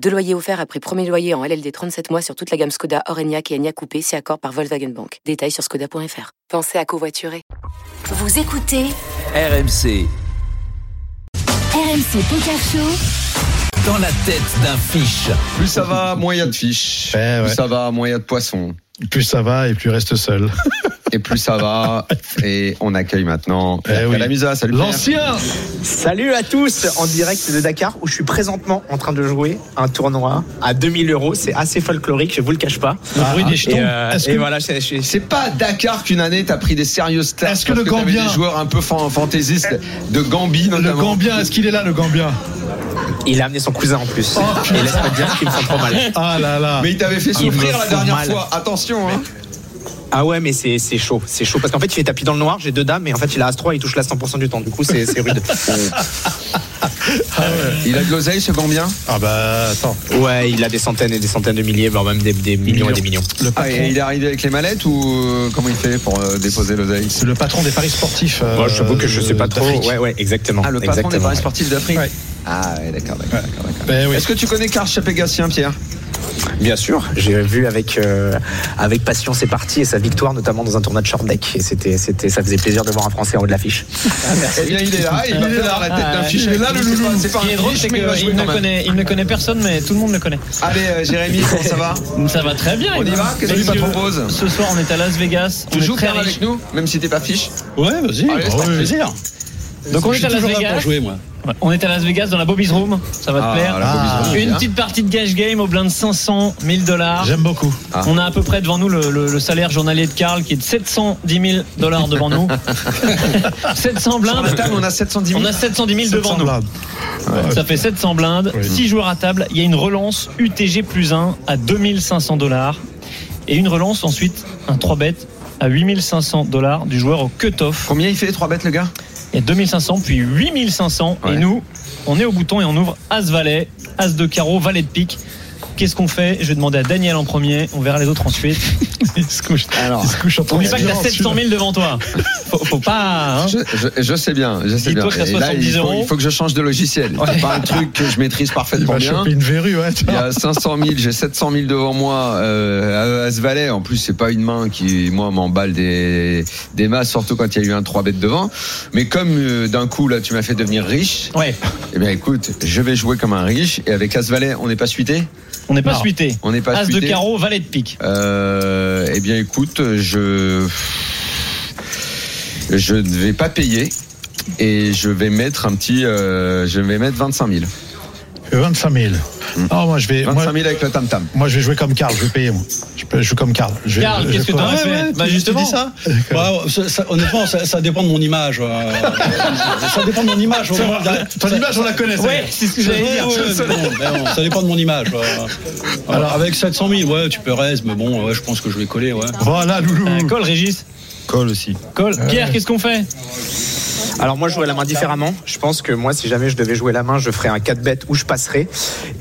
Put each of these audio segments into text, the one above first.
Deux loyers offerts après premier loyer en LLD 37 mois sur toute la gamme Skoda, Orenia et Enya Coupé, si accord par Volkswagen Bank. Détails sur skoda.fr. Pensez à covoiturer. Vous écoutez RMC, RMC Poker Show. dans la tête d'un fiche. Plus ça va, moins il y a de fiches. Eh Ouais, ouais. Plus ça va, moins il y a de poissons. Plus ça va et plus il reste seul. Et plus ça va. et on accueille maintenant Pierre Eh oui. Calamisa. Salut Pierre. L'ancien Salut à tous en direct de Dakar où je suis présentement en train de jouer un tournoi à 2000 euros. C'est assez folklorique, je vous le cache pas. Le bruit des jetons. Et, euh, Ah, Est-ce et que- voilà, je- je- je- C'est pas à Dakar qu'une année t'as pris des sérieuses stars. Est-ce que parce le t'avais Gambien- des joueurs un peu fan- fantaisistes de Gambie Le notamment. Gambien, est-ce qu'il est là, le Gambien il a amené son cousin en plus. putain. et laisse pas te dire qu'il me sent trop mal. Ah là là. Mais il t'avait fait Il me souffrir la fout dernière mal. fois. Attention. Hein. Ah ouais, mais c'est c'est chaud, c'est chaud. Parce qu'en fait, il fait tapis dans le noir, j'ai deux dames, et en fait, il a As-3, il touche la 100% du temps. Du coup, c'est c'est rude. Il a de l'oseille ce Gambien. Ah bah attends. Ouais, il a des centaines et des centaines de milliers, voire même des, des millions et des millions. Le Ah, patron, et il est arrivé avec les mallettes ou euh, comment il fait pour euh, déposer l'oseille c'est le patron des paris sportifs. euh, Moi, je t'avoue que je sais pas trop. d'Afrique. Ouais, ouais, exactement. Ah, le patron des Exactement. paris sportifs d'Afrique. Ouais. Ah, ouais, d'accord, d'accord, d'accord, d'accord. Ben oui. Est-ce que tu connais Karl Chapégassien, Pierre Bien sûr, j'ai vu avec euh, avec patience et parti et sa victoire notamment dans un tournoi de short deck et c'était c'était ça faisait plaisir de voir un français en haut de l'affiche. Eh bien, il est là, il va faire la tête d'un fiche. il est là, le loulou. C'est pas Ce qui est un drôle, fiche, Ah, c'est mais il va jouer qu'il ne quand même. connaît, il ne connaît personne, mais tout le monde le connaît. Allez, euh, Jérémy, comment ça va Ça va très bien. On y écoute. va Qu'est-ce que tu Messieurs, me proposes Ce soir, on est à Las Vegas. Tu on est joues très Pierre riche. avec nous, même si t'es pas fiche Ouais, vas-y, Ah Allez, bah c'est ouais. parti. plaisir. Donc on Je est suis à Las toujours là Vegas. pour jouer, moi. Ouais, On est à Las Vegas dans la Bobby's Room. Ça Ah, va te plaire. Ah. hein. Une petite partie de cash game au blind de 500 000 dollars. J'aime beaucoup. Ah. On a à peu près devant nous le, le- le salaire journalier de Karl qui est de 710 000 dollars devant nous. 700 Sur la blindes. table, on a 710 000. On a 710 000 devant 700 nous. blindes. Ça fait 700 blindes, Oui. 6 joueurs à table. Il y a une relance UTG plus 1 à 2500 dollars. Et une relance ensuite, un 3 bêtes à 8500 dollars du joueur au cut-off. Combien il fait 3 bêtes, le gars Il y a 2500, puis 8500. Ouais. Et nous, on est au bouton et on ouvre As-Valet, As de carreau, Valet de pique. Qu'est-ce qu'on fait Je vais demander à Daniel en premier, on verra les autres ensuite. Il se couche. Alors, Il se couche en premier. N'oublie pas que t'as Attention, 700 000 devant toi. Faut, faut pas. hein. je, je- je sais bien, je sais bien. Dis-toi que t'as Et là, 70 il faut, euros. il faut que je change de logiciel. C'est pas un truc que je maîtrise Il parfaitement va bien. choper une verrue, ouais. tu Il y vois. a 500 000, j'ai 700 000 devant moi euh, à à ce valet. En plus, c'est pas une main qui, moi, m'emballe des, des masses, surtout quand il y a eu un 3 bêtes devant. Mais comme euh, d'un coup, là, tu m'as fait devenir riche, Ouais, eh bien, écoute, je vais jouer comme un riche. Et avec As valet, on n'est pas suité on n'est pas Non. suité. On n'est pas As de suité carreau, Valet de pique. Euh, eh bien, écoute, je je ne vais pas payer et je vais mettre un petit, euh, je vais mettre 25 000. 25 000. Non, Oh, moi je vais. moi- 25 000 avec le tam tam. Moi, je vais jouer comme Karl, je vais payer. Moi. Je, peux, je joue comme Karl. Je vais- Karl, je- qu'est-ce que je- t'aurais Ouais, fait ouais, Bah, tu- justement. tu dis ça Ouais, ouais, ça- ça- honnêtement, ça, ça dépend de mon image. euh, ça dépend de mon image. vraiment. Ton image, on la connaît. ça. Ouais, c'est ce que j'allais dire. Ouais, ouais, mais bon, mais bon, Ben, ça dépend de mon image. euh. Alors, avec 700 000, ouais, tu peux reste, mais bon, ouais, je pense que je vais coller, ouais. Voilà, loulou. Euh, Call, Régis. Colle aussi. Call. Pierre, qu'est-ce qu'on fait Alors moi je jouais la main différemment. Je pense que moi si jamais je devais jouer la main, je ferais un 4 bet où je passerais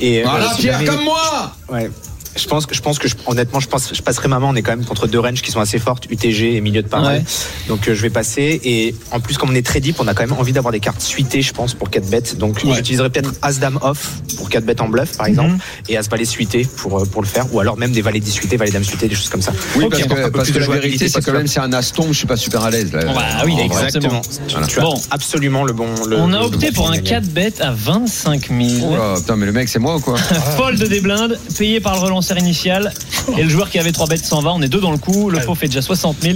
et euh, Ah, Voilà, si Pierre, jamais- comme moi. Ouais. Je pense que je pense que je- honnêtement, je pense je passerai maman. On est quand même contre deux ranges qui sont assez fortes, UTG et milieu de parole. Ouais. Donc euh, je vais passer et en plus comme on est très deep, on a quand même envie d'avoir des cartes suitées, je pense, pour 4 bêtes. Donc Ouais. j'utiliserai peut-être As Dame off pour 4 bêtes en bluff, Mhm. par exemple, et As Valet suité pour euh, pour le faire, ou alors même des Valets 10 suités, Valets Dame suité, des choses comme ça. Ah Oui, Je pense parce qu'on que, peut parce plus que de la jouabilité, vérité, c'est parce quand que- même c'est un astombe. Je suis pas super à l'aise. là. Bah oui, En vrai. exactement. Tu, tu as Bon. absolument le bon. Le, On le a Euh, bon opté pour signe un à gagner. 4 bet à 25 000. Oh là, putain, mais le mec, c'est moi ou quoi Fold des blindes, payé par le relanceur initial. Et le joueur qui avait 3 bêtes s'en va. On est deux dans le coup. Le pot fait déjà 60 000.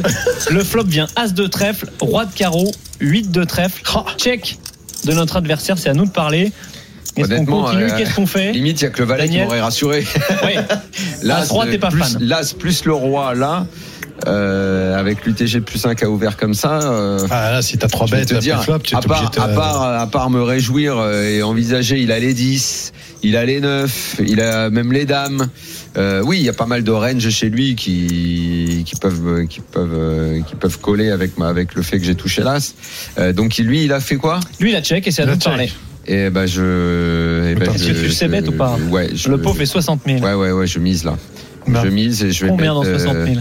Le flop vient As de trèfle, Roi de carreau, 8 de trèfle. Check de notre adversaire. C'est à nous de parler. Est-ce qu'on Honnêtement, continue euh, Qu'est-ce qu'on fait Limite, il y a que le valet qui Daniel m'aurait rassuré. Ouais. As roi, euh, t'es pas plus, fan. L'as plus le roi là, euh, avec l'UTG plus 1 qui a ouvert comme ça. euh, Ah là, si t'as trois je vais bêtes, te t'as dire, plus flop, tu es à, obligé part, de. à, part, à part me réjouir euh, et envisager, il a les 10, il a les 9, il a même les dames. Euh, oui, il y a pas mal d'oranges chez lui qui, qui peuvent euh, qui peuvent euh, qui peuvent coller avec ma avec le fait que j'ai touché l'as. Euh, donc il- lui, il a fait quoi Lui, il a check et c'est à Il a nous de check. parler. Et ben je. eh ben, Est-ce que tu le sais bête ou pas Ouais. je- Le pot fait 60 000. Ouais ouais ouais, je mise là. Non. Je mise et je vais Combien dans mettre, 60 euh, 000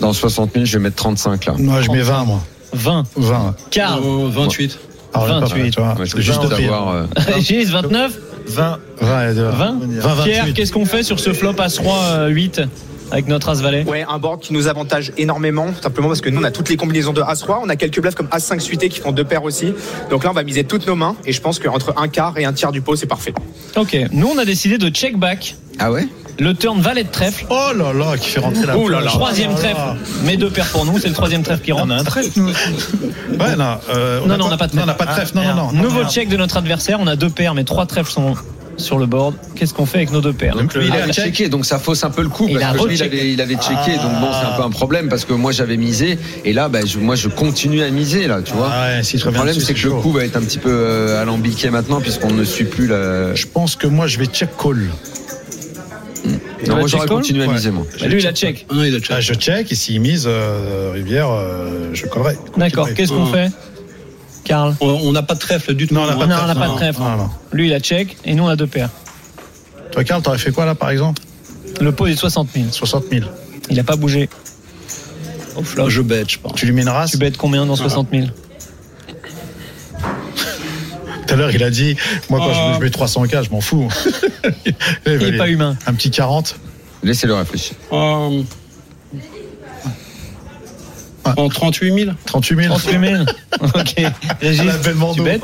dans 60 000, je vais mettre 35 là. euh, Moi, je mets 20, moi. 20. 20. Quart. Oh, 28. Ah, ouais, pas mal, 28. tu vois. Moi, je C'est veux juste juste de prix. avoir. euh, Gilles, 29 20. 20, 20 20, Pierre, qu'est-ce qu'on fait sur ce flop As-Roi euh, 8 avec notre As-Valet Ouais, un board qui nous avantage énormément, simplement parce que nous on a toutes les combinaisons de As-Roi, on a quelques bluffs comme As-5 suité qui font deux paires aussi. Donc là on va miser toutes nos mains et je pense qu'entre un quart et un tiers du pot c'est parfait. Ok, nous on a décidé de check back Ah ouais le turn Valet de trèfle. Oh là là, qui fait rentrer la Ouh là là. Oh Troisième trèfle, mais deux paires pour nous, c'est le troisième trèfle qui rentre. On a un trèfle. nous. Ouais, non. euh, Non, non, on n'a pas de trèfle. Ah, Non, on n'a pas de trèfle. Non, non, non. Nouveau Non, check de notre adversaire, on a deux paires, mais trois trèfles sont sur le board. Qu'est-ce qu'on fait avec nos deux paires Donc, le- il Ah, a checké, donc ça fausse un peu le coup Il a parce que lui, il rechecké. avait, il avait checké, donc bon, c'est un peu un problème parce que moi j'avais misé et là, ben, je- moi je continue à miser là, tu vois. Ah ouais, si je le reviens problème, dessus, c'est que c'est le chaud. coup va être un petit peu euh, alambiqué maintenant puisqu'on ne suit plus la. Je pense que moi, je vais check call. Non, moi check j'aurais call continué à Ouais. miser moi. Bah, Lui, il a check. Ah non, il a check. Ah, je check et s'il mise euh, Rivière, euh, je collerai. D'accord, qu'est-ce qu'on Ah. fait Karl On- On n'a pas de trèfle du tout. Non, on n'a Non, pas on de n'a trèfle. pas de trèfle. Non, non. Lui, il a check, et nous, on a deux paires. Toi, Karl, t'aurais fait quoi là par exemple Le pot est de 60 000. 60 000. Il n'a pas bougé. Au flop. Je bête, je pense. Tu lui mets une race Tu bêtes combien dans 60 000 Tout à l'heure, il a dit Moi, quand je- je mets 300K, je m'en fous. il Oh. Il n'est pas humain. Un petit 40. Laissez-le réfléchir. En Ah. en 38 000 38 000. 38 000 Ok. Régis, À la belle Mando. tu bêtes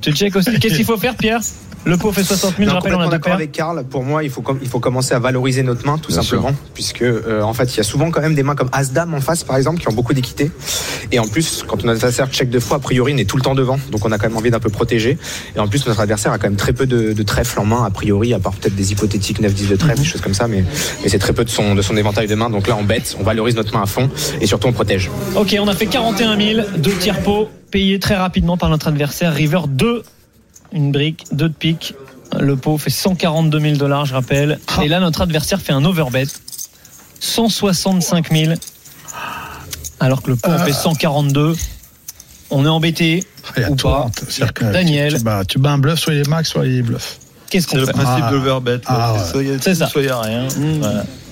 Tu check aussi. Qu'est-ce qu'il faut faire, Pierre Le pot fait 60 000, je Non, rappelle, on a complètement deux d'accord paires. avec Karl. Pour moi, il faut, com- il faut commencer à valoriser notre main, tout Bien simplement, puisque euh, en fait, il y a souvent quand même des mains comme As Dame en face, par exemple, qui ont beaucoup d'équité. Et en plus, quand notre adversaire check deux fois, a priori, on est tout le temps devant, donc on a quand même envie d'un peu protéger. Et en plus, notre adversaire a quand même très peu de, de trèfles en main, a priori, à part peut-être des hypothétiques 9-10 de Mhm. trèfle, des choses comme ça, mais, mais c'est très peu de son, de son éventail de mains. Donc là, on bête, on valorise notre main à fond, et surtout, on protège. Ok, on a fait 41 000, deux tiers pots, payés très rapidement par notre adversaire. River 2, une brique, 2 de pique. Le pot fait 142 000 dollars, je rappelle. Ah. Et là, notre adversaire fait un overbet. 165 000. Alors que le pot en fait 142. On est embêté. Ah. Il y a Ou toi. pas. C'est-à-dire que Daniel. Tu, tu bats, tu bats un bluff, soit il est max, soit il est bluff. Qu'est-ce qu'on fait Ah. l'overbet. Ah, ouais. C'est ça. Soyez rien. Mmh.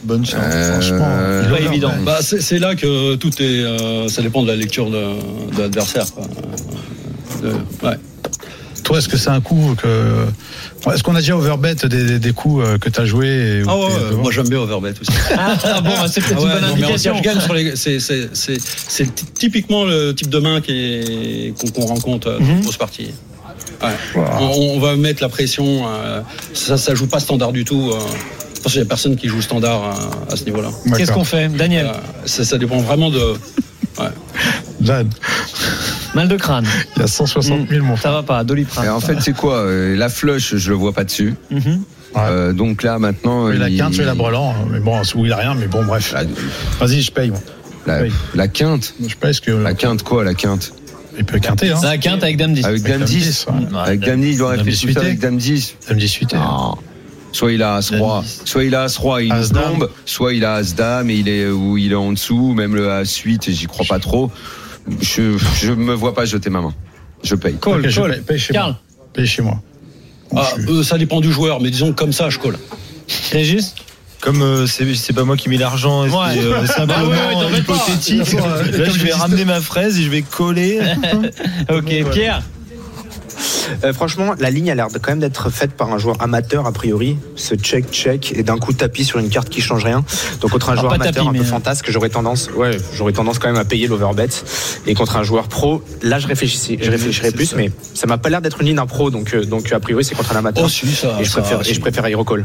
Bonne chance. Franchement, Euh, il Pas est évident. overbet. Bah, c'est c'est là que tout est. euh, ça dépend de la lecture de, de l'adversaire. quoi. Euh, ouais. Toi, est-ce que c'est un coup que. Est-ce qu'on a déjà overbet des, des, des coups euh, que t'as joué et où t'es Ah ouais, ouais, devant moi j'aime bien Overbet aussi. Ah, ah, bon, c'est peut-être Ah ouais, une bonne non, mais on indication. cherche gagne sur les- c'est- c'est- C'est c'est ty- typiquement le type de main qui est- qu'on qu'on rencontre euh, dans Mhm. une grosse partie. Ouais. On, on va mettre la pression. euh, ça, ça joue pas standard du tout. euh. Je pense qu'il y a personne qui joue standard euh, à ce niveau-là. D'accord. Qu'est-ce qu'on fait Daniel, Euh, ça, ça dépend vraiment de. Ouais. Dan, mal de crâne. il y a 160 000, mon frère. Ça Ah, va pas, et Doliprane. en fait, c'est quoi euh, La flush, je le vois pas dessus. Mm-hmm. Mhm. Euh, donc là, maintenant. Il a il- quinte, il a brelan. hein, Mais bon, où il a rien, mais bon, bref. La- Vas-y, je paye, moi. la- Oui. la quinte. Je paye parce que. euh, La quinte quoi, la quinte Il peut quinter, hein. C'est la quinte avec Dame 10. Avec Avec dame 10 dame 10, ouais. Avec dame 10, il doit Dame réfléchir 18. avec dame 10. Ça me dit suite. Non. Soit il a as roi, Dame 10. soit il a as roi, il nous As-dame. plombe, soit il a as dame et il est ou il est en dessous, même le as 8 et j'y crois pas trop. Je je me vois pas jeter ma main. Je paye. Call, Ok, je call. paye- paye chez Karl. moi. Paye chez moi. Ah, euh, ça dépend du joueur, mais disons comme ça, je colle. Régis Comme euh, c'est c'est pas moi qui mets l'argent, c'est Ouais. Bah euh, simplement ouais, ouais, t'embête pas. hypothétique. Là, je vais ramener ma fraise et je vais coller. Ok, Pierre. Euh, franchement, la ligne a l'air de quand même d'être faite par un joueur amateur a priori. Ce check check et d'un coup tapis sur une carte qui change rien. Donc contre un Ah, joueur pas amateur tapis, un peu mais- fantasque, j'aurais tendance, ouais, j'aurais tendance quand même à payer l'overbet. Et contre un joueur pro, là je réfléchissais, je réfléchirais plus, mais ça m'a pas l'air d'être une ligne d'un pro, donc euh, donc a priori c'est contre un amateur. Oh, si, ça- et je ça- préfère, et je préfère Aerocall.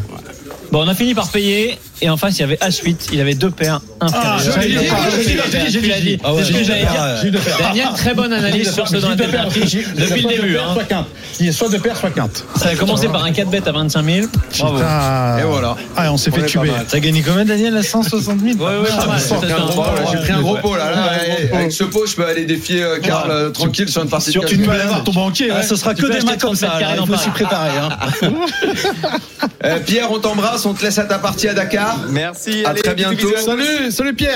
Bon, on a fini par payer. Et en face, il y avait H8. Il avait deux paires, un Ah, paire. je l'ai dit, je l'ai dit, je l'ai dit, je l'ai Tu l'as dit. dit. Ah ouais, C'est ce que j'ai j'allais deux dire. paires, j'ai deux paires. Daniel, très bonne analyse sur ce dans la tête d'un fiche depuis le début. hein. Soit quinte. Il est soit de paire, soit quinte. Ça a commencé par un 4 bet à 25 000. Bravo. Putain. Et voilà. Ah, on s'est fait est tuer. pas mal. T'as gagné combien, Daniel à 160 000 Ouais, ouais, pas mal. sent C'était J'ai pris bah, un un gros pot, là, J'ai pris un gros pot là. là, Ouais, ouais, gros Avec ce pot, je peux aller défier euh, Karl euh, tranquille sur une partie de Tu cash. peux aller voir ton banquier. Ah, ce sera Tu que peux des acheter mains comme 30 ça. mètres alors, il carrés faut dans s'y Paris. préparer. hein. Euh, Pierre, on t'embrasse, on te laisse à ta partie à Dakar. Merci. À allez, très bisous, bientôt. bisous à tous. Salut, salut Pierre.